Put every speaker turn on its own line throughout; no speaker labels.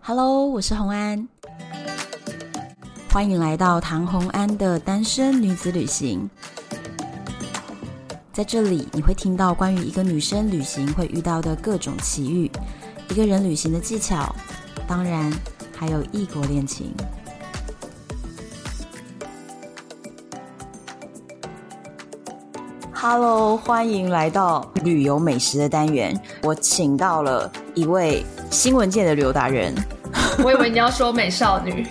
Hello，我是红安，欢迎来到唐红安的单身女子旅行。在这里，你会听到关于一个女生旅行会遇到的各种奇遇，一个人旅行的技巧，当然还有异国恋情。Hello，欢迎来到旅游美食的单元。我请到了一位新闻界的旅游达人。
我以为你要说美少女，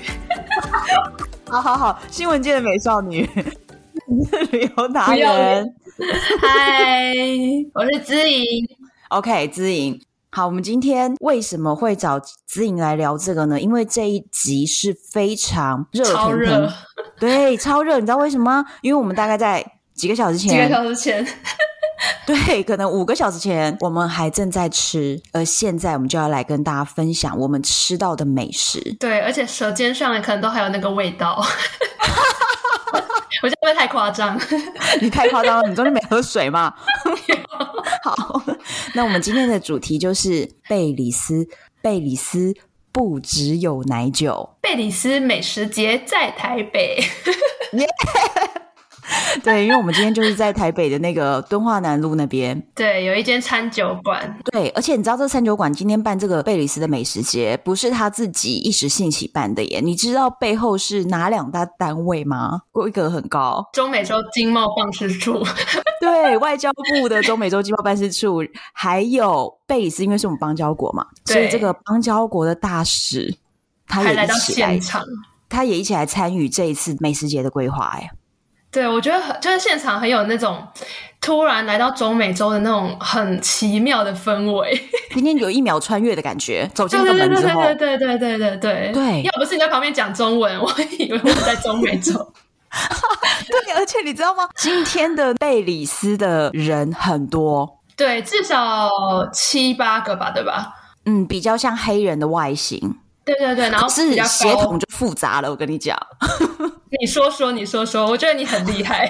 好好好，新闻界的美少女， 你是旅游达
不要
人
脸。嗨，我是知怡。
OK，知莹。好，我们今天为什么会找知莹来聊这个呢？因为这一集是非常热腾腾，
超热，
对，超热。你知道为什么吗？因为我们大概在几个小时前，
几个小时前，
对，可能五个小时前我们还正在吃，而现在我们就要来跟大家分享我们吃到的美食。
对，而且舌尖上可能都还有那个味道。 我这样会不会太夸张？
你太夸张了，你中间没喝水吗？好，那我们今天的主题就是贝里斯，贝里斯不只有奶酒。
贝里斯美食节在台北，
对，因为我们今天就是在台北的那个敦化南路那边。
对，有一间餐酒馆，
对，而且你知道这三酒馆今天办这个贝里斯的美食节，不是他自己一时兴起办的耶。你知道背后是哪两大单位吗？规格很高，
中美洲经贸办事处。
对外交部的中美洲经贸办事处，还有贝里斯，因为是我们邦交国嘛，所以
对
这个邦交国的大使他
还
也
来
一
到
起来
现，场。
他也一起来参与这一次美食节的规划。哎，
对，我觉得很就是现场很有那种突然来到中美洲的那种很奇妙的氛围。
今天有一秒穿越的感觉，走进
哦对
这
对
个门
对
之后，
对对对对对对
对
要不是你在旁边讲中文，我以为我在中 美洲。
对，而且你知道吗？今天的贝里斯的人很多，
对，至少七八个吧，对吧？
嗯，比较像黑人的外形，
对对对，然后哦比
是
较
血
高
统就复杂了。我跟你讲，
你说说，你说说，我觉得你很 厉害。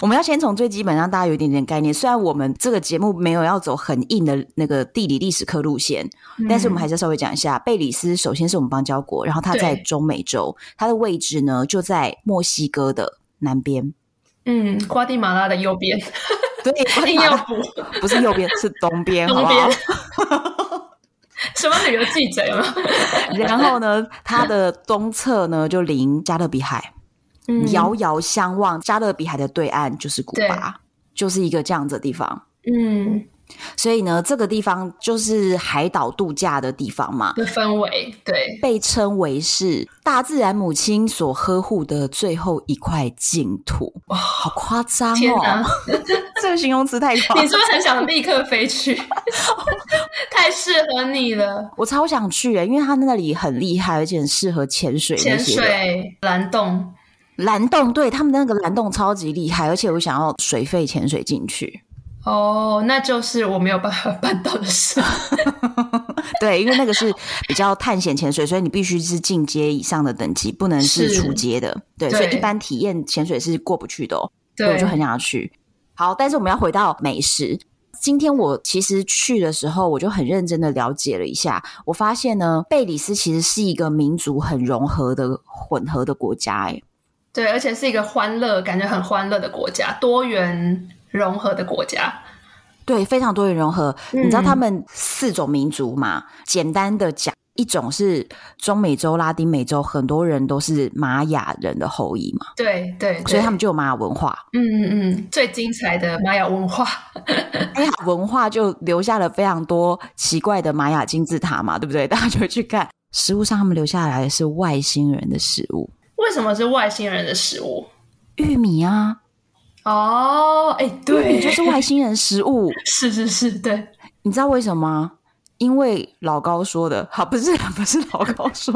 我们要先从最基本让大家有一点点概念。虽然我们这个节目没有要走很硬的那个地理历史课路线，
嗯
但是我们还是要稍微讲一下，贝里斯首先是我们邦交国，然后它在
对还
中美洲，它的位置呢就在墨西哥的南 边。
嗯，瓜地马拉的右边，
对，
硬要补
不是右边，是东边，好
东
不
边
好？。
什么旅游记者有没有？
然后呢，它的东侧呢就临加勒比海，
嗯
遥遥相望，加勒比海的对岸就是古
对
巴，就是一个这样子的地方。
嗯
所以呢，这个地方就是海岛度假的地方嘛，
的氛围，对
被称为是大自然母亲所呵护的最后一块净土。哇，好夸张
天哪
哦！ 这个形容词太夸
你是不是很想立刻飞去？太适合你了，
我超想去耶，因为它那里很厉害，而且很适合潜水那
潜
些的。
水、蓝洞，
蓝洞，对他们的那个蓝洞超级厉害，而且我想要水肺潜水进去。
哦，那就是我没有办法办到的 事。
对，因为那个 是比较探险潜水，所以你必须是进阶以上的等级，不能是
是
初阶的。对，
对
所以一般体验潜水是过不去的哦。所以
对，
我就很想要去。好，但是我们要回到美食。今天我其实去的时候，我就很认真的了解了一下，我发现呢，贝里斯其实是一个民族很融合的混合的国家、欸，
对，而且是一个欢乐，感觉很欢乐的国家，多元融合的国家。
对，非常多元融合。
嗯
你知道他们四种民族嘛？简单的讲，一种是中美洲、拉丁美洲，很多人都是玛雅人的后裔嘛，
对对，对
所以他们就有玛雅文化。
嗯嗯嗯，最精彩的玛雅文化，
玛雅哎文化就留下了非常多奇怪的玛雅金字塔嘛，对不 对？大家就会去看食物上，他们留下来的是外星人的食物，
为什么是外星人的食物？
玉米啊，
哦，哎，
玉
对，
米就是外星人食物。
是是是，对，
你知道为什么吗？因为老高说的，好，不是不是老高说，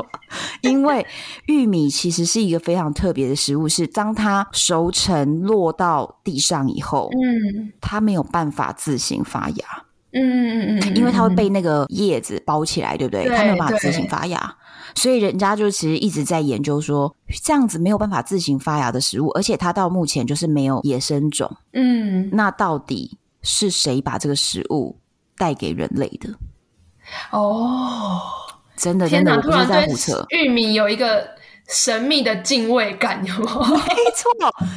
因为玉米其实是一个非常特别的食物，是当它熟成落到地上以后，
嗯
它没有办法自行发芽。
嗯嗯嗯嗯，
因为它会
嗯
被那个叶子包起来，对不对？
对
它没有办法
对
自行发芽，所以人家就其实一直在研究说，这样子没有办法自行发芽的食物，而且它到目前就是没有野生种。
嗯
那到底是谁把这个食物带给人类的？
哦，
真的真
天
的，
哪，
我
突
不是
然
在
对
胡扯。
玉米有一个神秘的敬畏感，有 吗？
没错，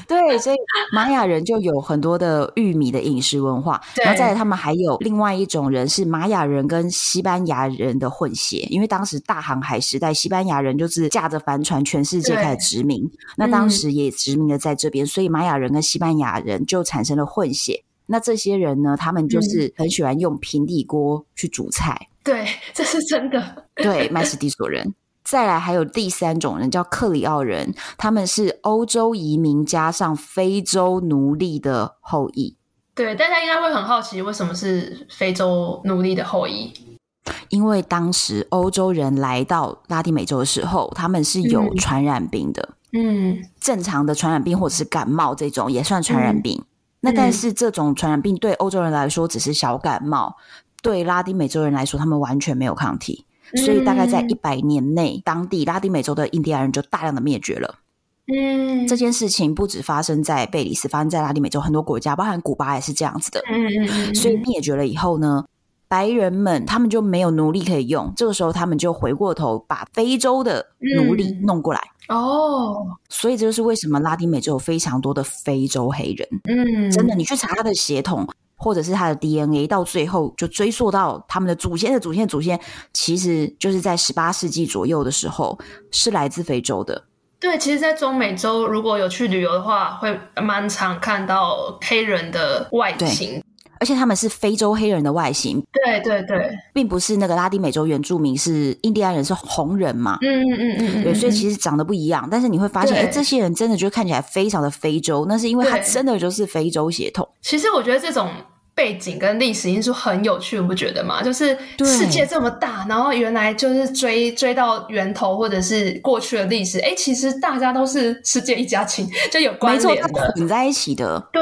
对，所以玛雅人就有很多的玉米的饮食文化，然后
对
再来他们还有另外一种人是玛雅人跟西班牙人的混血，因为当时大航海时代，西班牙人就是驾着帆船全世界
对
开始殖民，那当时也殖民了在这边，所以玛雅人跟西班牙人就产生了混血。那这些人呢，他们就是很喜欢用平底锅去煮菜，
对，这是真的。
对，麦斯蒂索人。再来还有第三种人叫克里奥人，他们是欧洲移民加上非洲奴隶的后裔，
对，大家应该会很好奇，为什么是非洲奴隶的后裔？
因为当时欧洲人来到拉丁美洲的时候，他们是有
嗯
传染病的。
嗯，
正常的传染病或者是感冒这种也算传染病。那但是这种传染病对欧洲人来说只是小感冒，对拉丁美洲人来说，他们完全没有抗体。所以大概在
嗯
一百年内，当地拉丁美洲的印第安人就大量的灭绝了。
嗯，
这件事情不止发生在贝里斯，发生在拉丁美洲很多国家，包含古巴也是这样子的。
嗯嗯嗯，
所以灭绝了以后呢，白人们他们就没有奴隶可以用，这个时候他们就回过头把非洲的奴隶
嗯
弄过来。
哦，
所以这就是为什么拉丁美洲有非常多的非洲黑人。
嗯，
真的，你去查他的血统或者是他的 DNA，到最后就追溯到他们的祖先的祖先的祖先，其实就是在十八世纪左右的时候是来自非洲的。
对，其实，在中美洲如果有去旅游的话，会蛮常看到黑人的外形。
而且他们是非洲黑人的外形，
对对对，
并不是那个拉丁美洲原住民是印第安人是红人嘛？
嗯嗯嗯嗯嗯，
对，所以
实
其实长得不一样，但是你会发现，哎，
对
这些人真的就看起来非常的非洲，那是因为他
对
真的就是非洲血统。
其实我觉得这种背景跟历史因素很有趣，你不觉得吗？就是
对
世界这么大，然后原来就是追追到源头或者是过去的历史，哎，其实大家都是世界一家亲， 就有关
没错，
联
它
的。
混在一起的，
对，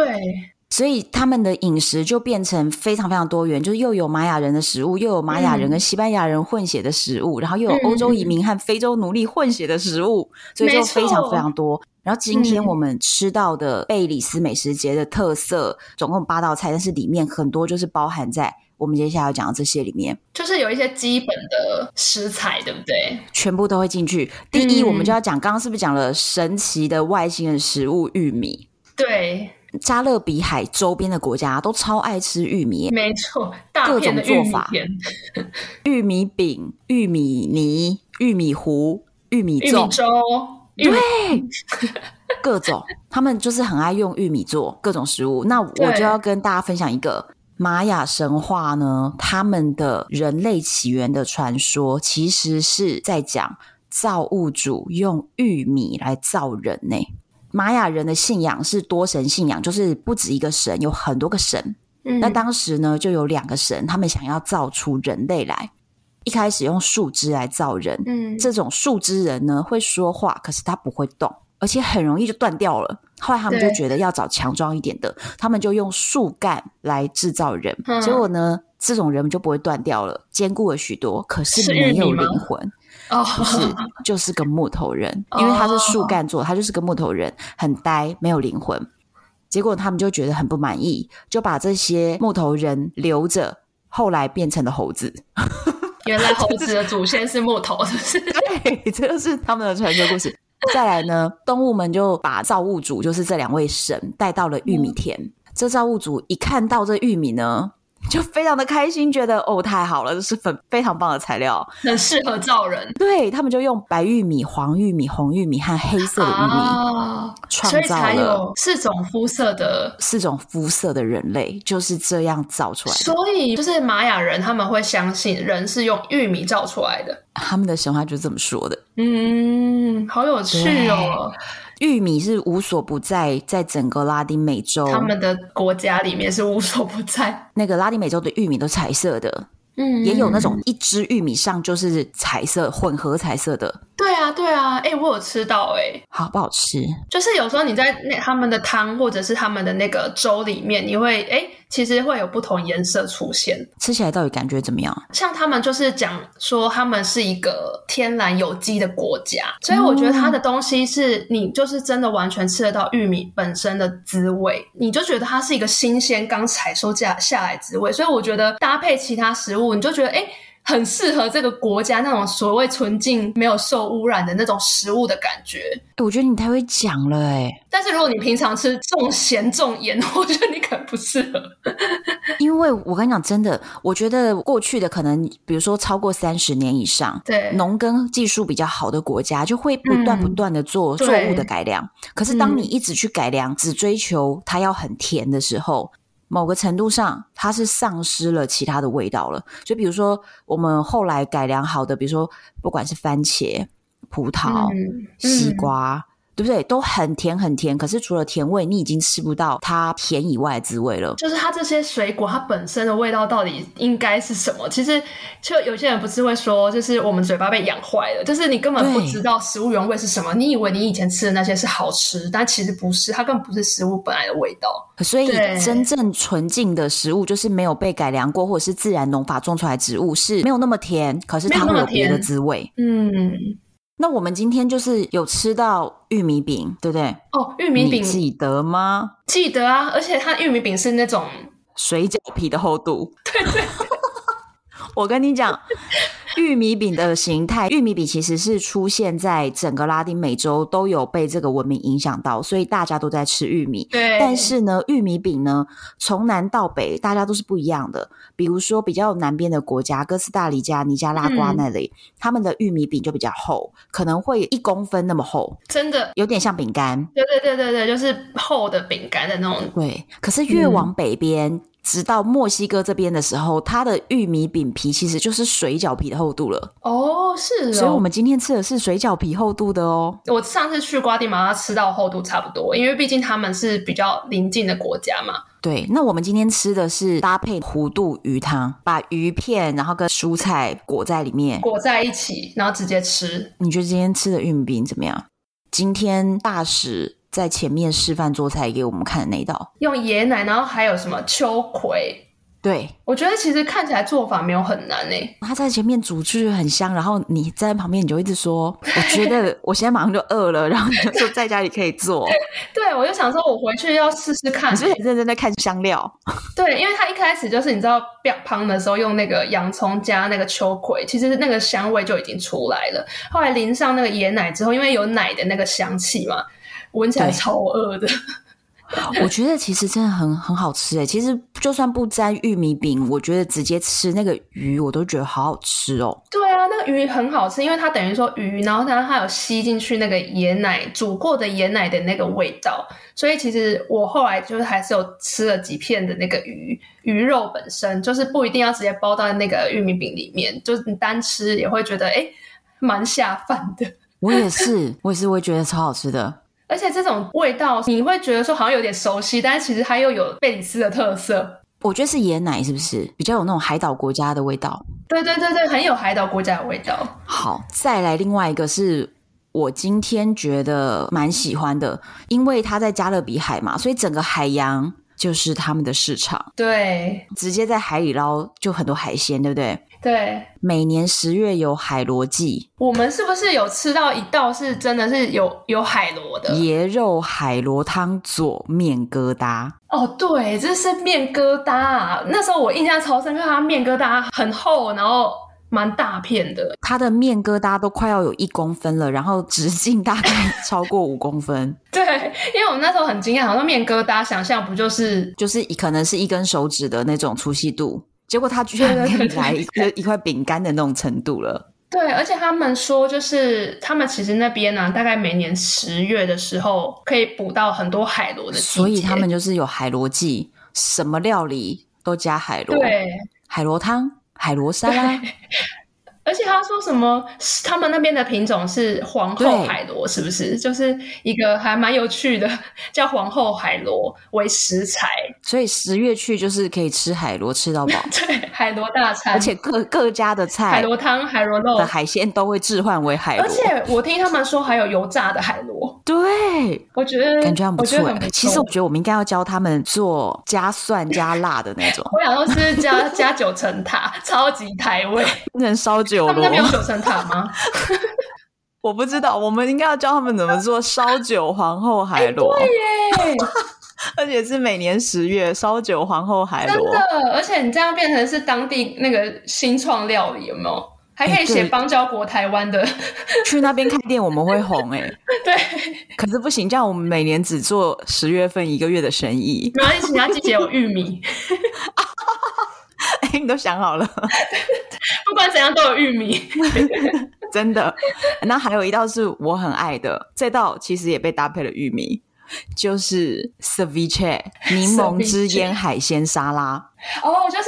所以他们的饮食就变成非常非常多元，就是又有玛雅人的食物，又有玛雅人
嗯
跟西班牙人混血的食物，然后又有
嗯
欧洲移民和非洲奴隶混血的食物，所以就
没错
非常非常多。然后今天
嗯
我们吃到的贝里斯美食节的特色，总共八道菜，但是里面很多就是包含在我们接下来要讲的这些里面，
就是有一些基本的食材，对不对？
全部都会进去。第一，
嗯
我们就要讲，刚刚是不是讲了神奇的外星人食物玉米？
对，
加勒比海周边的国家都超爱吃玉米耶，
没错，大
各种
片的玉
做
米
法
片、
玉米饼、玉米泥、玉米糊、玉米
玉米
粽，
粥、玉米
各种，他们就是很爱用玉米做各种食物。那我
对
就要跟大家分享一个玛雅神话呢，他们的人类起源的传说，其实是在讲造物主用玉米来造人呢、玛雅人的信仰是多神信仰，就是不止一个神，有很多个神。
嗯
那当时呢，就有两个神，他们想要造出人类来。一开始用树枝来造人，
嗯
这种树枝人呢会说话，可是他不会动，而且很容易就断掉了。后来他们就
对
觉得要找强壮一点的，他们就用树干来制造人。
嗯
结果呢，这种人就不会断掉了，坚固了许多，可是
是
没
玉米
有
吗
灵魂。
哦，
不是，就是个木头人，因为他是树干做，他就是个木头人，很呆，没有灵魂。结果他们就觉得很不满意，就把这些木头人留着，后来变成了猴子。
原来猴子的祖先是木头， 是不是？
对，这就是他们的传说故事。再来呢，动物们就把造物主，就是这两位神，带到了玉米田。这造物主一看到这玉米呢，就非常的开心，觉得哦太好了，这是很非常棒的材料。
很适合 造人
对他们就用白玉米、黄玉米、红玉米和黑色的玉米。
啊，
创
所以
造
才
了
有四种肤色的。
四种肤色的人类就是这样造出来的，
所以就是玛雅人他们会相信人是用玉米造出来的，
他们的神话就是这么说的。
嗯，好有趣哦！
玉米是无所不在，在整个拉丁美洲，
他们的国家里面是无所不在，
那个拉丁美洲的玉米都彩色的，
嗯，
也有那种一只玉米上就是彩色混合彩色的，
对啊对啊，哎、我有吃到哎、
好不好吃？
就是有时候你在那他们的汤或者是他们的那个粥里面，你会哎、诶其实会有不同颜色出现。
吃起来到底感觉怎么样？
像他们就是讲说他们是一个天然有机的国家，所以我觉得它的东西是你就是真的完全吃得到玉米本身的滋味，你就觉得它是一个新鲜刚采收下下来的滋味。所以我觉得搭配其他食物，你就觉得哎。诶很适合这个国家那种所谓纯净、没有受污染的那种食物的感觉。
哎、我觉得你太会讲了、哎，
但是如果你平常吃重咸重盐， 我觉得你可能不适合。
因为我跟你讲，真的，我觉得过去的可能，比如说超过三十年以上，
对，
农耕技术比较好的国家，就会不断
嗯
不断的做作
对
物的改良。可是当
嗯
你一直去改良，只追求它要很甜的时候，某个程度上它是丧失了其他的味道了。就比如说我们后来改良好的，比如说不管是番茄、葡萄、
嗯，
西
嗯
瓜。对不对？都很甜很甜，可是除了甜味，你已经吃不到它甜以外的滋味了。
就是它这些水果它本身的味道到底应该是什么？其实就有些人不是会说，就是我们嘴巴被养坏了，就是你根本不
对
知道食物原味是什么，你以为你以前吃的那些是好吃，但其实不是，它根本不是食物本来的味道。
所以
对，
真正纯净的食物就是没有被改良过，或者是自然农法种出来的植物是没有那么甜，可是它会
没有那么
有别的
甜
滋味。
嗯，
那我们今天就是有吃到玉米饼，对不对？
哦，玉米饼
你记得吗？
记得啊，而且它玉米饼是那种
水饺皮的厚度。对对。 我跟你讲，玉米饼的形态，玉米饼其实是出现在整个拉丁美洲都有被这个文明影响到，所以大家都在吃玉米。
对，
但是呢，玉米饼呢，从南到北大家都是不一样的。比如说比较南边的国家，哥斯达黎加、尼加拉瓜
嗯
那里，他们的玉米饼就比较厚，可能会一公分那么厚，
真的，
有点像饼干。
对对对对对，就是厚的饼干的那种。
对，可是越
嗯
往北边。直到墨西哥这边的时候，它的玉米饼皮其实就是水饺皮的厚度了，
哦，是哦，
所以我们今天吃的是水饺皮厚度的哦。
我上次去瓜地马拉吃到厚度差不多，因为毕竟他们是比较邻近的国家嘛。
对，那我们今天吃的是搭配糊肚鱼汤，把鱼片然后跟蔬菜裹在里面，
裹在一起，然后直接吃。
你觉得今天吃的玉米饼怎么样？今天大使在前面示范做菜给我们看的那一道，
用椰奶，然后还有什么秋葵，
对，
我觉得其实看起来做法没有很难诶、欸
他在前面煮就是很香，然后你站在旁边你就一直说，我觉 得我现在马上就饿了，然后你就说在家里可以做，
对，我就想说，我回去要试试看
你是不是很认真在看香料？
对，因为它一开始就是你知道表旁的时候用那个洋葱加那个秋葵，其实那个香味就已经出来了。后来淋上那个椰奶之后，因为有奶的那个香气嘛，闻起来
对
超饿的。
我觉得其实真的很很好吃诶，其实就算不沾玉米饼，我觉得直接吃那个鱼我都觉得好好吃哦。
对啊，那个鱼很好吃，因为它等于说鱼，然后它它有吸进去那个椰奶煮过的椰奶的那个味道，所以其实我后来就是还是有吃了几片的那个鱼鱼肉本身，就是不一定要直接包到那个玉米饼里面，就是你单吃也会觉得诶蛮下饭的。
我也 是，我也是，我也觉得超好吃的。
而且这种味道，你会觉得说好像有点熟悉，但是其实它又有贝里斯的特色。
我觉得是椰奶是不是比较有那种海岛国家的味道？
对对对对，很有海岛国家的味道。
好，再来另外一个是我今天觉得蛮喜欢的，因为它在加勒比海嘛，所以整个海洋就是他们的市场，
对
直接在海里捞就很多海鲜，对不对？
对，
每年十月有海螺季，
我们是不是有吃到一道是真的是有有海螺的？
椰肉海螺汤佐面疙瘩，
哦，对，这是面疙瘩、啊。那时候我印象超深刻，它面疙瘩很厚，然后蛮大片的。
它的面疙瘩都快要有一公分了，然后直径大概超过五公分，
对，因为我们那时候很惊讶，好像面疙瘩想象不就是
就是可能是一根手指的那种粗细度，结果它居然
对对
可以
对对
来一个一块饼干的那种程度了。
对，而且他们说，就是他们其实那边呢、大概每年十月的时候可以捕到很多海螺的季节，
所以他们就是有海螺季，什么料理都加海螺，
对，
海螺汤、海螺沙拉，
而且他说什么，他们那边的品种是皇后
对
海螺，是不是？就是一个还蛮有趣的， 叫皇后海螺为食材，
所以十月去就是可以吃海螺吃到饱，
对，海螺大餐，
而且各各家的
海
菜
螺汤、海螺肉
的，海鲜都会置换为海螺
而，且我听他们说还有油炸的海螺，
对，
我觉得
感觉很不
我觉
错
得很
欸。
不
其实我
错。
觉得我们应该要教他们做加蒜加辣的
，
那种
我想说是加加九层塔，超级台 味。
变成烧酒
他们那边有
螺。
九层塔吗？
我
哎
不知道，我们应该要教他们怎么做烧酒皇后海螺，
对耶，
而且是每年十月烧酒皇后海
真
螺。啊
的，而且你这样变成是当地那个新创料理，有没有？还可以
哎
写
对
邦交国台湾的，
去那边开店我们会红哎、
对，
可是不行，这样我们每年只做十月份一个月的生意。
没关系，其他季节有玉米，
哎、你都想好了，
不管怎样都有玉米。
真的。那还有一道是我很爱的，这道其实也被搭配了玉米，就是 ceviche 柠檬汁
Ceviche
腌海鲜沙拉。
哦，就是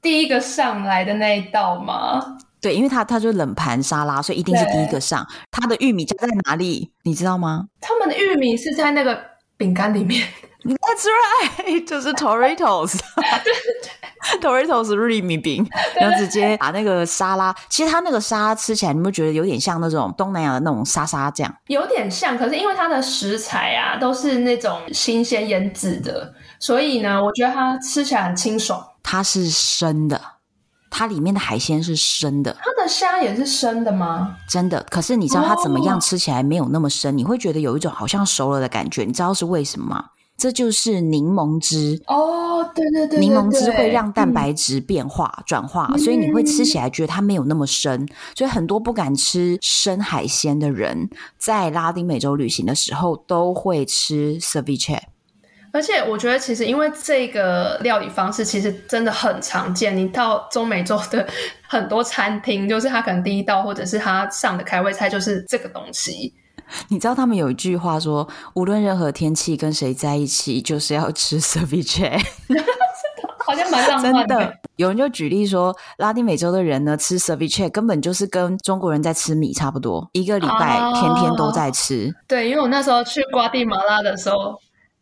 第一个上来的那一道嘛，
对，因为它它就冷盘沙拉，所以一定是第一个上。它的玉米加在哪里，你知道吗
他们的玉米是在那个饼干里面，
？That's right，就是 Doritos。Doritos 是玉米饼，然后直接把那个沙拉，其实它那个沙拉吃起来，你会觉得有点像那种东南亚的那种沙沙酱。
有点像，可是因为它的食材啊都是那种新鲜腌制的，所以呢，我觉得它吃起来很清爽。
它是生的，它里面的海鲜是生的，
它的虾也是生的吗？
真的。可是你知道它怎么样
哦
吃起来没有那么生，你会觉得有一种好像熟了的感觉，你知道是为什么吗？这就是柠檬汁。
哦，对对对对
柠檬汁
对
会让蛋
嗯
白质变化、转化，
嗯
所以你会吃起来觉得它没有那么生。所以很多不敢吃生海鲜的人，在拉丁美洲旅行的时候都会吃 ceviche。
而且我觉得，其实因为这个料理方式其实真的很常见，你到中美洲的很多餐厅，就是他可能第一道或者是他上的开胃菜就是这个东西。
你知道他们有一句话说，无论任何天气跟谁在一起，就是要吃 ceviche。
好像蛮 浪
真
漫
的
的，，
有人就举例说，拉丁美洲的人呢吃 ceviche 根本就是跟中国人在吃米差不多，一个礼拜
哦
天天都在吃。
对，因为我那时候去瓜地马拉的时候，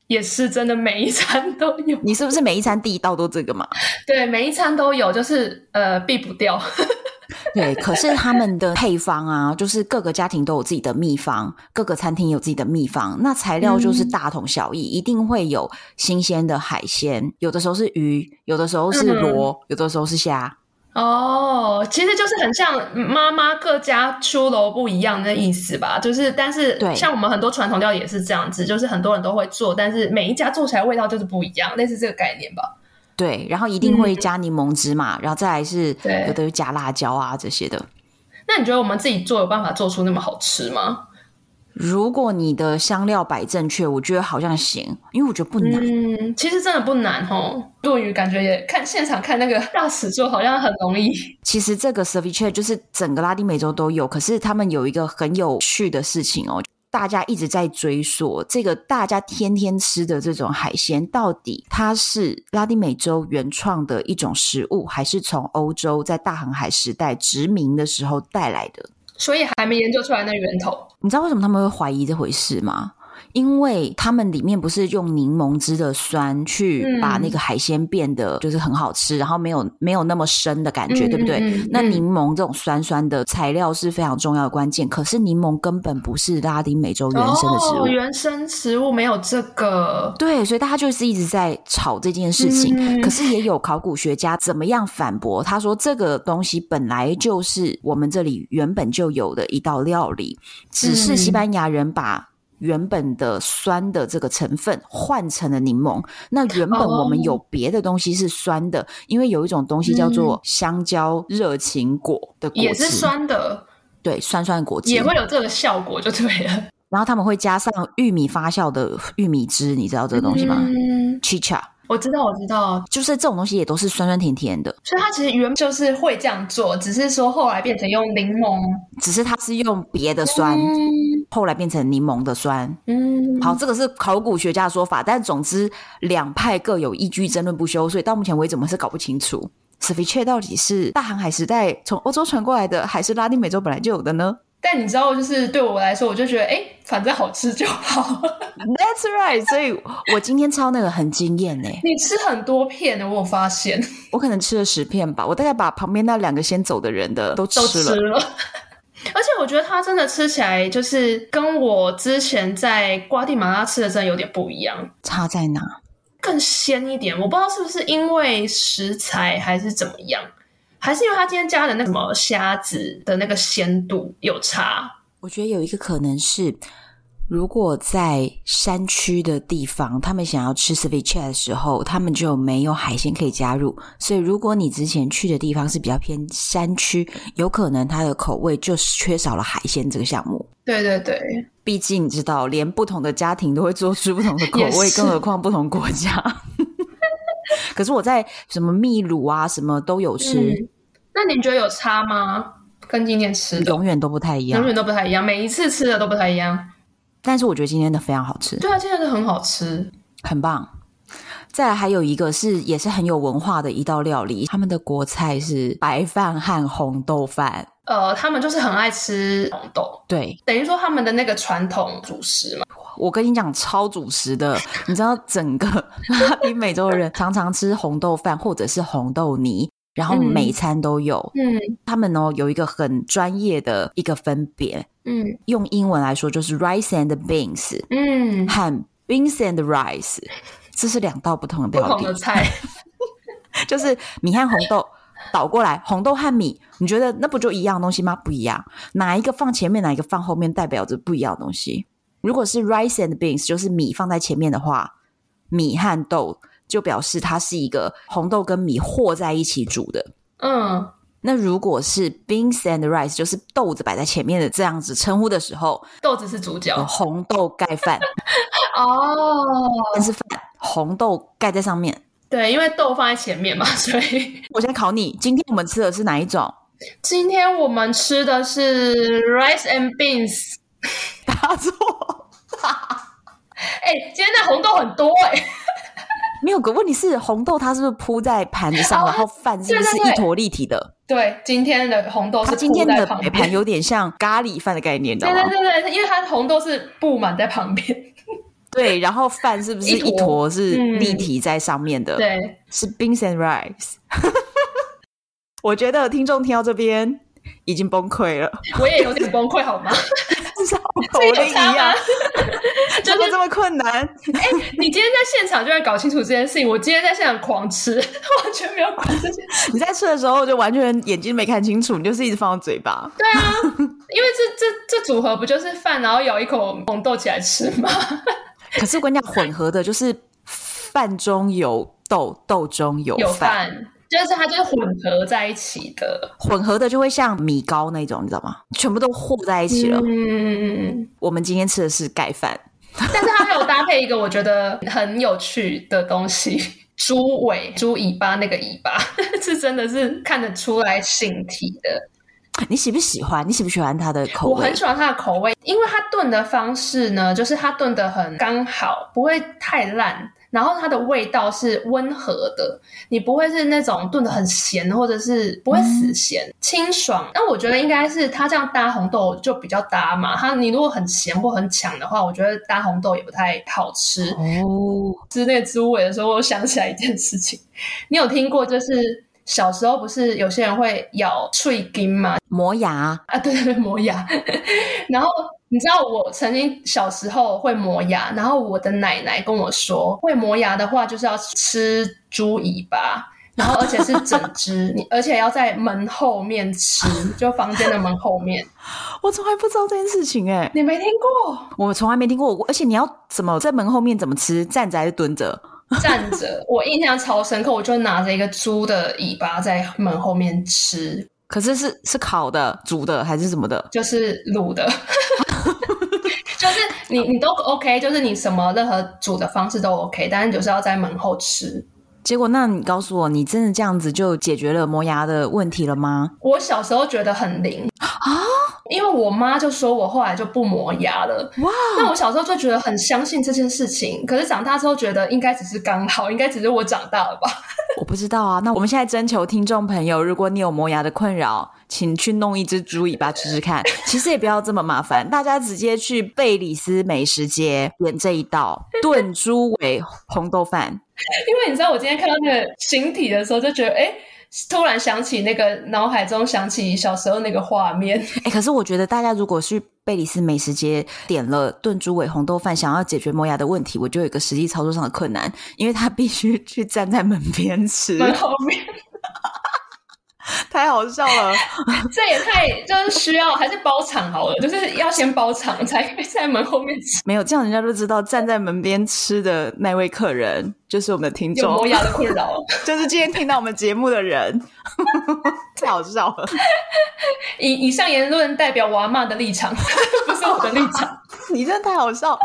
也是真的每一餐都有，
你是不是每一餐第一道都这个嘛？
对，每一餐都有，就是呃避不掉，
对，可是他们的配方啊，就是各个家庭都有自己的秘方，各个餐厅有自己的秘方。那材料就是大同小异，一定会有新鲜的海鲜，有的时候是鱼，有的时候是螺，有的时候是虾。
哦，其实就是很像妈妈各家出楼不一样的意思吧，就是但是
对
像我们很多传统料理也是这样子，就是很多人都会做，但是每一家做起来味道就是不一样，类似这个概念吧。
对，然后一定会加柠檬汁嘛，然后再来是
对
有的有加辣椒啊这些的。
那你觉得我们自己做有办法做出那么好吃吗？
如果你的香料摆正确，我觉得好像行，因为我觉得不难。
嗯，其实真的不难哦。落雨感觉也看现场看那个大使做好像很 容易。
其实这个 ceviche 就是整个拉丁美洲都有，可是他们有一个很有趣的事情哦，大家一直在追溯这个大家天天吃的这种海鲜，到底它是拉丁美洲原创的一种食物，还是从欧洲在大航海时代殖民的时候带来的？
所以还没研究出来那源头。
你知道为什么他们会怀疑这回事吗？因为他们里面不是用柠檬汁的酸去
嗯
把那个海鲜变得就是很好吃，然后没有没有那么生的感觉，
嗯
对不对？
嗯嗯
那柠檬这种酸酸的材料是非常重要的关键，可是柠檬根本不是拉丁美洲原生的植物。
哦，原生食物没有这个。
对，所以大家就是一直在吵这件事情。
嗯
可是也有考古学家怎么样反驳？他说这个东西本来就是我们这里原本就有的一道料理，只是
嗯
西班牙人把。原本的酸的这个成分换成了柠檬，那原本我们
哦
有别的东西是酸的，因为有一种东西叫做香蕉热情果的果
嗯也
汁，
是酸的，
对酸酸的果汁
也，会有这个效果，就对了。
然后他们会加上玉米发酵的玉米汁，你知道这个东西吗、
嗯，
c h i c h a
我知道，我知道。
就是这种东西也都是酸酸甜甜的，
所以它其实原本就是会这样做，只是说后来变成用柠檬
只是它是用别的酸，后来变成柠檬的酸。
嗯，
嗯好，这个是考古学家的说法，但总之两派各有依据，争论不休，所以到目前为止我们是搞不清楚 s e v i c h e 到底是大航海时代从欧洲传过来的，还是拉丁美洲本来就有的呢
但你知道，就是对我来说，我就觉得，哎、反正好吃 就好。
？That's right，所以 我今天抄那个很惊艳呢、
你吃很多片的，我有发现
我可能吃了十片吧，我大概把旁边那两个先走的人的都吃
都
了。
吃了。 而且我觉得它真的吃起来，就是跟我之前在瓜地马拉吃的真的有点不一样。
差在哪？
更鲜一点。我不知道是不是因为食材还是怎么样，还是因为他今天加的那什么虾子的那个鲜度有差。
我觉得有一个可能是如果在山区的地方，他们想要吃 ceviche 的时候，他们就没有海鲜可以加入。所以，如果你之前去的地方是比较偏山区，有可能它的口味就缺少了海鲜这个项目。
对对对，
毕竟你知道，连不同的家庭都会做出不同的口
也
味，
是
更何况不同国家。 可是我在什么秘鲁啊，什么都有吃，
嗯，那你觉得有差吗？跟今天吃的
永远都不太一样
永。远都不太一样，每一次吃的都不太一样。
但是我觉得今天的非常好吃。
对啊，今天的很好吃。
很棒。再来还有一个是也是很有文化的一道料理，他们的国菜是白饭和红豆饭。
呃，他们就是很爱吃红豆，
对
等于说他们的那个传统主食嘛。
我跟你讲，超主食的，你知道整个 拉丁美洲的人常常吃红豆饭或者是红豆泥，然后
嗯
每餐都有。
嗯
他们哦有一个很专业的一个分别，
嗯
用英文来说就是 rice and beans
嗯，
和 beans and rice，这是两道不同的
不
料理。
同的菜。
就是米和红豆倒过来，红豆和米，你觉得那不就一样东西吗？不一样，哪一个放前面，哪一个放后面，代表着不一样的东西。如果是 rice and beans，就是米放在前面的话，米和豆就表示它是一个红豆跟米和在一起煮的。
嗯，
那如果是 beans and rice，就是豆子摆在前面的这样子称呼的时候，
豆子是主角
有红豆盖饭，
哦。
但是饭红豆盖在上面。
对，因为豆放在前面嘛， 所以
我先考你，今天我们吃的是哪一种？
今天我们吃的是 rice and beans。
答错。
哎、今天那红豆很多哎、
没有，可问题是红豆它是不是铺在盘子上，
哦
然后饭是不是
对对对
一坨立体的？
对，今天的红豆
它
是
啊今
铺
天
在
的
旁
摆
边。
盘有点像咖喱饭的概念，你知
对
道
对
吗？
对对，因为它的红豆是布满在旁边。
对，然后饭是不是
一坨
一坨是
嗯
立体在上面的？，
对，
是 beans and rice。我觉得听众听到这边已经崩溃 了，
我也有点崩溃，好吗？
像口
这
令
有
一
差吗
样，？
就
怎么
是
这么困难？
你今天在现场就要搞清楚这件事情。我今天在现场狂吃，完全没有管这件事。
你在吃的时候就完全眼睛没看清楚，你就是一直放到嘴巴。
对啊，因为这这这组合不就是饭，然后咬一口红豆起来吃吗？
可是我跟你讲，混合的就是饭中有豆，豆中有
有
饭。
饭，就是它就是混合在一起的。
混合的就会像米糕那种，你知道吗？全部都和在一起了。
嗯，
我们今天吃的是盖饭，
但是它还有搭配一个我觉得很有趣的东西。 猪尾、猪尾巴那个尾巴， 是真的是看得出来形体的。
你喜不喜欢？你喜不喜欢它的口
我
味
很？喜欢它的口味，因为它炖的方式呢，就是它炖的很刚好，不会太烂，然后它的味道是温和的，你不会是那种炖的很咸，或者是不会死咸，
嗯
清爽。那我觉得应该是它这样搭红豆就比较搭嘛，它你如果很咸或很抢的话，我觉得搭红豆也不太好吃。
哦，
吃那个猪尾的时候，我想起来一件事情，你有听过就是小时候不是有些人会咬脆筋吗？
磨牙，
啊，对对 对，磨牙。然后你知道我曾经小时候会磨牙，然后我的奶奶跟我说，会磨牙的话就是要吃猪尾巴，然后而且是整只，你而且要在门后面吃，就房间的门后面。
我从来不知道这件事情哎、
你没听过？
我从来没听过。我而且你要怎么在门后面怎么吃？站着还是蹲着？
站着，我印象超深刻，我就拿着一个猪的尾巴在门后面吃，
可是是是烤的、煮的还是什么的？
就是卤的。就是你，你都 OK，就是你什么任何煮的方式都 OK，但是就是要在门后吃。
结果，那你告诉我，你真的这样子就解决了磨牙的问题了吗？
我小时候觉得很灵啊，因为我妈就说我后来就不磨牙了。
哇，
那我小时候就觉得很相信这件事情，可是长大之后觉得应该只是刚好，应该只是我长大了吧？
我不知道啊。那我们现在征求听众朋友，如果你有磨牙的困扰，请去弄一只猪尾巴吃吃看。 其实也不要这么麻烦，大家直接去贝里斯美食街点这一道炖猪尾红豆饭。
因为你知道，我今天看到那个形体的时候，就觉得哎、诶突然想起那个脑海中想起小时候那个画面，
哎，可是我觉得大家如果去贝里斯美食街点了炖猪尾红豆饭，想要解决磨牙的问题，我就有一个实际操作上的困 难，因为他必须去站在门边吃。
门后面
太好笑了。
这也太就是需要还是包场好了，就是要先包场才可以在门后面吃。
没有这样，人家就知道站在门边吃的那位客人就是我们的听
有
众
磨，牙的困扰，
就是今天听到我们节目的人，太好笑了。
以以上言论代表我阿妈的立场， 不是我的立场。
你真的太好笑。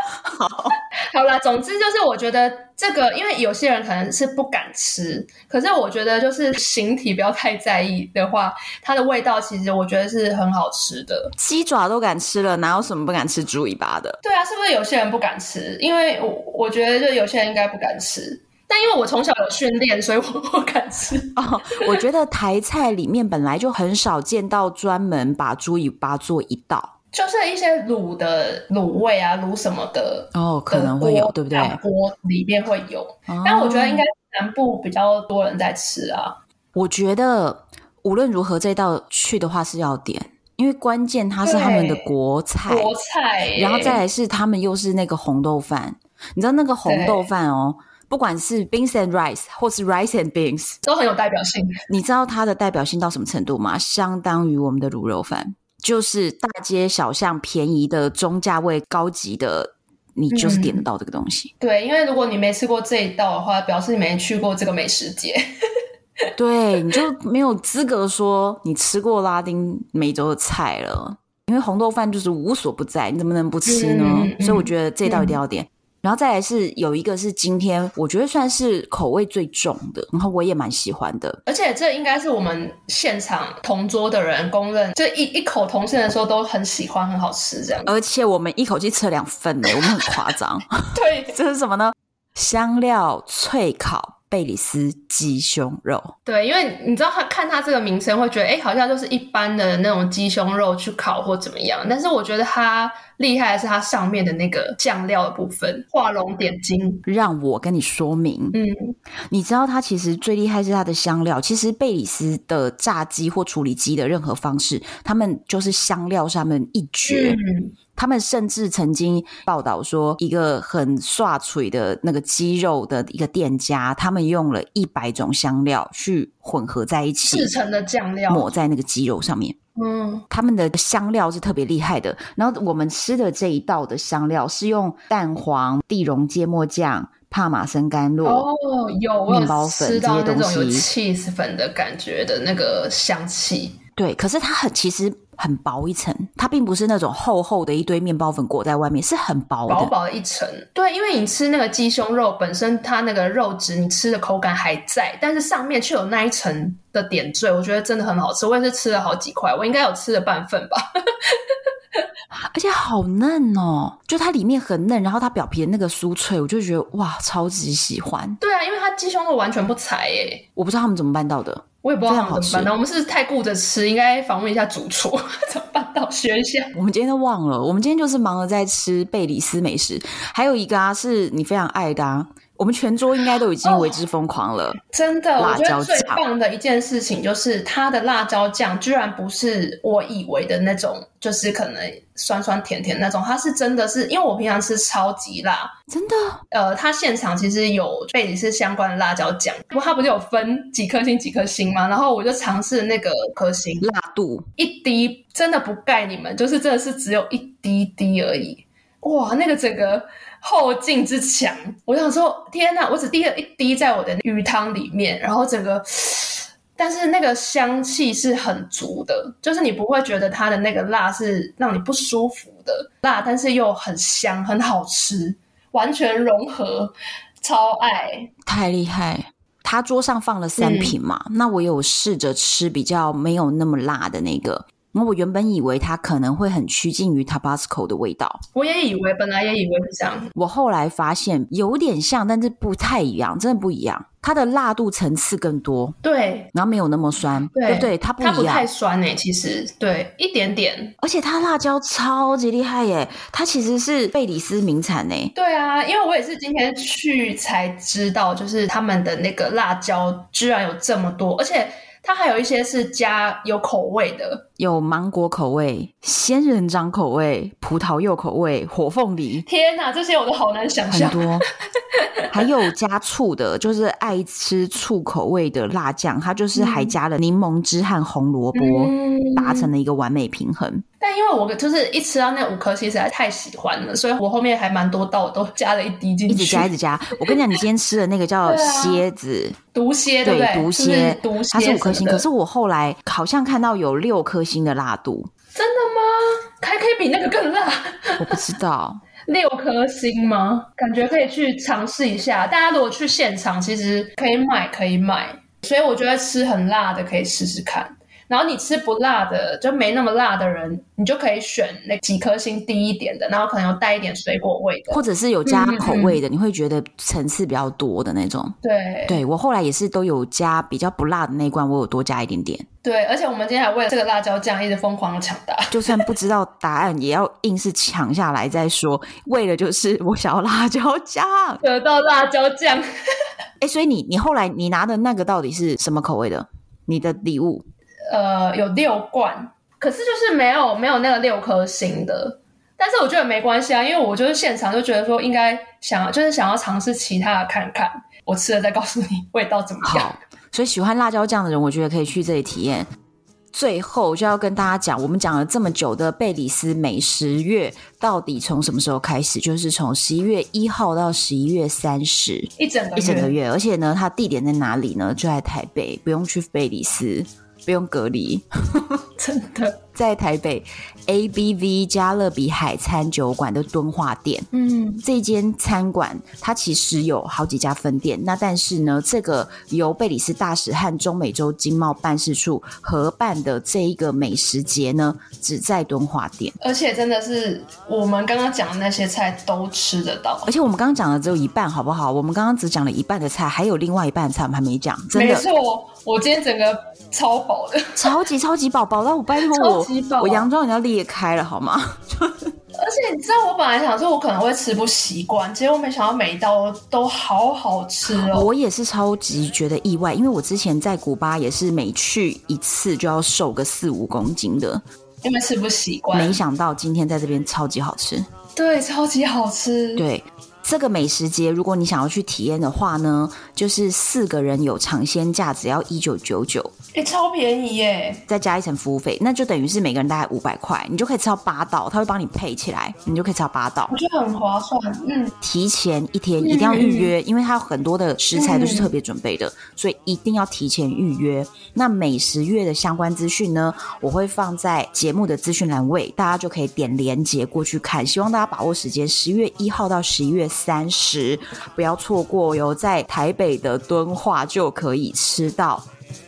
好啦，总之就是我觉得这个，因为有些人可能是不敢吃，可是我觉得就是形体不要太在意的话，它的味道其实我觉得是很好吃的。
鸡爪都敢吃了，哪有什么不敢吃猪尾巴的？
对啊，是不是有些人不敢吃？因为我我觉得就有些人应该不敢吃，但因为我从小有训练，所以我我敢吃。
哦，我觉得台菜里面本来就很少见到专门把猪尾巴做一道。
就是一些卤的卤味啊，卤什么的，
哦，可能会有，对不对？哦
大锅里面会有，但我觉得应该南部比较多人在吃啊。
我觉得无论如何，这道去的话是要点，因为关键它是他们的
对
国菜，
国菜耶、
然后再来是他们又是那个红豆饭。你知道那个红豆饭哦，不管是 beans and rice 或是 rice and beans，
都很有代表性。
你知道它的代表性到什么程度吗？相当于我们的卤肉饭，就是大街小巷便宜的、中价位、高级的，你就是
嗯
点得到这个东西。
对，因为如果你没吃过这一道的话，表示你没去过这个美食节。
对，你就没有资格说你吃过拉丁美洲的菜了，因为红豆饭就是无所不在，你怎么能不吃呢？
嗯嗯嗯
所以我觉得这道一定要点。然后再来是有一个是今天我觉得算是口味最重的，然后我也蛮喜欢的，
而且这应该是我们现场同桌的人公认，就一一口同声的时候都很喜欢，很好吃这样。
而且我们一口气吃了两份呢，我们很夸张。
对，
这是什么呢？香料脆烤贝里斯鸡胸肉，
对，因为你知道他看他这个名称会觉得，哎，好像就是一般的那种鸡胸肉去烤或怎么样。但是我觉得它厉害的是它上面的那个酱料的部分，画龙点睛。
让我跟你说明。
嗯，
你知道它其实最厉害是它的香料。其实贝里斯的炸鸡或处理鸡的任何方式，他们就是香料上面一绝。
嗯，
他们甚至曾经报道说，一个很刷嘴的那个鸡肉的一个店家，他们用了一百种香料去混合在一起
制，成的酱料，
抹在那个鸡肉上面。
嗯，
他们的香料是特别厉害的。然后我们吃的这一道的香料是用蛋黄、地溶芥末酱、帕玛森甘露。
哦，有我
面包
有
粉
吃到
这些
那
东
种有
西
cheese 粉的感觉的那个香气，
对，可是它很其实很薄一层，它并不是那种厚厚的一堆面包粉裹在外面，是很薄的。
薄薄的一层。对，因为你吃那个鸡胸肉本身，它那个肉质你吃的口感还在，但是上面却有那一层的点缀，我觉得真的很好吃。我也是吃了好几块，我应该有吃了半份吧。
而且好嫩哦，就它里面很嫩，然后它表皮的那个酥脆，我就觉得哇，超级喜欢。
对啊，因为它鸡胸肉完全不柴耶、
我不知道他们怎么办到的。
我也不知道他
非常
们怎么
好
办
吃
到。我们是太顾着吃，应该访问一下主厨 怎么办到，学一下。
我们今天都忘了，我们今天就是忙着在吃贝里斯美食，还有一个啊，是你非常爱的啊，我们全桌应该都已
哦
经为之疯狂了。
真的，我
辣
觉
椒
得最
酱
棒的一件事情就是它的辣椒酱居然不是我以为的那种，就是可能酸酸甜甜那种，它是真的是因为我平常吃超级辣，
真的，
呃，它现场其实有贝里斯相关的辣椒酱，不过它不是有分几颗星几颗星吗？然后我就尝试那个颗星，
辣度
一滴真的不盖你们，就是真的是只有一滴滴而已。哇，那个整个后劲之强，我想说，天呐，我只滴了一滴在我的鱼汤里面，然后整个，但是那个香气是很足的，就是你不会觉得它的那个辣是让你不舒服的辣，但是又很香，很好吃，完全融合，超爱。
太厉害。他桌上放了
嗯
三瓶嘛，那我有试着吃比较没有那么辣的那个。然后我原本以为它可能会很趋近于 Tabasco 的味道，
我也以为，本来也以为是这样，
我后来发现有点像，但是不太一样，真的不一样。它的辣度层次更多，
对，
然后没有那么酸，
对
不对？它不
它不
一样
太，酸诶、其实对，一点点，
而且它辣椒超级厉害耶！它其实是贝里斯名产呢。
对啊，因为我也是今天去才知道，就是他们的那个辣椒居然有这么多，而且。它还有一些是加有口味的。
有芒果口味、仙人掌口味、葡萄柚口味、火凤梨，
天哪，这些我都好难想
很
象。
多， 还有加醋的，就是爱吃醋口味的辣酱，它就是还
嗯
加了柠檬汁和红萝卜，
嗯
达成了一个完美平衡。
但因为我就是一吃到那五颗星实在太喜欢了，所以我后面还蛮多道我都加了一滴进
一
去，
直加，一直 加。我跟你讲，你今天吃的那个叫
对啊
蝎子，
毒蝎，不对？
毒
就
蝎
是，毒蝎，
它是五颗星，可是我后来好像看到有六颗星的辣度，
真的吗？还可以比那个更辣，
我不知 道。
六颗星吗？感觉可以去尝试一下。大家如果去现场，其实可以买，可以买。所以我觉得吃很辣的可以试试看。然后你吃不辣的，就没那么辣的人，你就可以选那几颗星低一点的，然后可能有带一点水果味的。
或者是有加口味
嗯
的，你会觉得层次比较多的那种。
对
对我后来也是都有加比较不辣的那一罐，我有多加一点点，
对，而且我们今天还为了这个辣椒酱一直疯狂的抢答。
就算不知道答案，也要硬是抢下来再说。为了就是我想要辣椒酱，
得到辣椒酱，
哎，所以你你后来你拿的那个到底是什么口味的？你的礼物
呃，有六罐，可是就是没有没有那个六颗星的。但是我觉得没关系啊，因为我就是现场就觉得说应该想要就是想要尝试其他的看看，我吃了再告诉你味道怎么样。
好，所以喜欢辣椒酱的人，我觉得可以去这里体验。最后就要跟大家讲，我们讲了这么久的贝里斯美食月，到底从什么时候开始？就是从十一月一号到十一月三十，
一整个
一
月，
整个月。而且呢，它地点在哪里呢？就在台北，不用去贝里斯，不用隔离，
真的，
在台北 ABV 加勒比海餐酒馆的敦化店。
嗯，
这间餐馆它其实有好几家分店，那但是呢，这个由贝里斯大使和中美洲经贸办事处合办的这一个美食节呢，只在敦化店，
而且真的是我们刚刚讲的那些菜都吃得到，
而且我们刚刚讲的只有一半，好不好？我们刚刚只讲了一半的菜，还有另外一半的菜我们还没讲，真
没
的
错，我今天整个超饱的，
超级超级饱饱到我拜托
超
我
级饱，
我洋装也要裂开了好吗？
而且你知道，我本来想说我可能会吃不习惯，结果没想到每一道都好好吃哦。
我也是超级觉得意外，因为我之前在古巴也是每去一次就要瘦个四五公斤的，
因为吃不习惯
没，想到今天在这边超级好吃。
对，超级好吃，
对，这个美食节，如果你想要去体验的话呢，就是四个人有尝鲜价，只要一九九九，
哎、超便宜耶！
再加一层服务费，那就等于是每个人大概五百块，你就可以吃到八道，他会帮你配起来，你就可以吃到八道
我。觉得很划算，嗯，
提前一天一定要预约，因为它有很多的食材都是特别准备的，所以一定要提前预约。那美食月的相关资讯呢，我会放在节目的资讯栏位，大家就可以点连结过去看。希望大家把握时间，十月一号到十一月三十，不要错过哟。在台北的敦化就可以吃到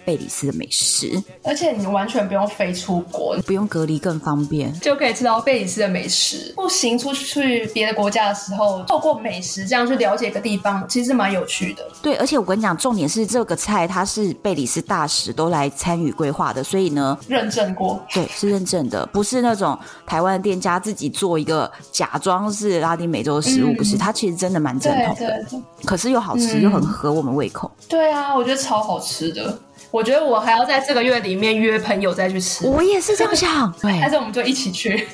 贝里斯的美食，
而且你完全不用飞出国，
不用隔离更方便。
就可以吃到贝里斯的美食。不行，出去别的国家的时候，透过美食这样去了解一个地方，其实蛮有趣的。
对，而且我跟你讲，重点是这个菜它是贝里斯大使都来参与规划的，所以呢，
认证过，
对，是认证的，不是那种台湾的店家自己做一个假装是拉丁美洲的食物，
嗯
不是，它其实真的蛮
对
正统
对
的，
对
可是又好吃，
嗯
又很合我们胃口。
对啊，我觉得超好吃的。我觉得我还要在这个月里面约朋友再去吃，
我也是这样想， 对
还，是我们就一起去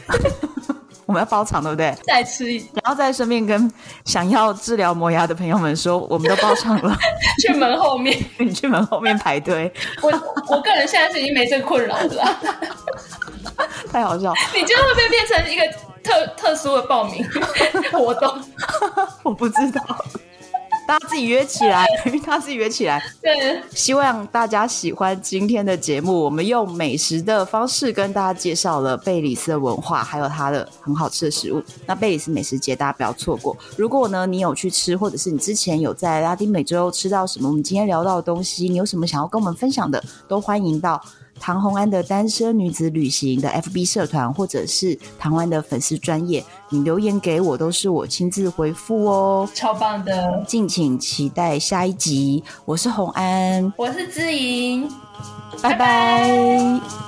我们要包场，对不对？
再吃一
然后再顺便跟想要治疗磨牙的朋友们说，我们都包场了，
去门后面。
你去门后面排队，
我我个人现在是已经没这个困扰了啦，
太好笑了，
你这样会不会变成一个特特殊的报名 活动？
我不知道。 大家自己约起来， 大家自己约起来。
对，
希望大家喜欢今天的节目。我们用美食的方式跟大家介绍了贝里斯的文化，还有它的很好吃的食物。那贝里斯美食节大家不要错过。如果呢你有去吃，或者是你之前有在拉丁美洲吃到什么，我们今天聊到的东西，你有什么想要跟我们分享的，都欢迎到。唐红安的单身女子旅行的 FB 社团，或者是唐红安的粉丝专业，你留言给我都是我亲自回复哦。
超棒的！
敬请期待下一集，我是红安。
我是知莹。
拜
拜
拜。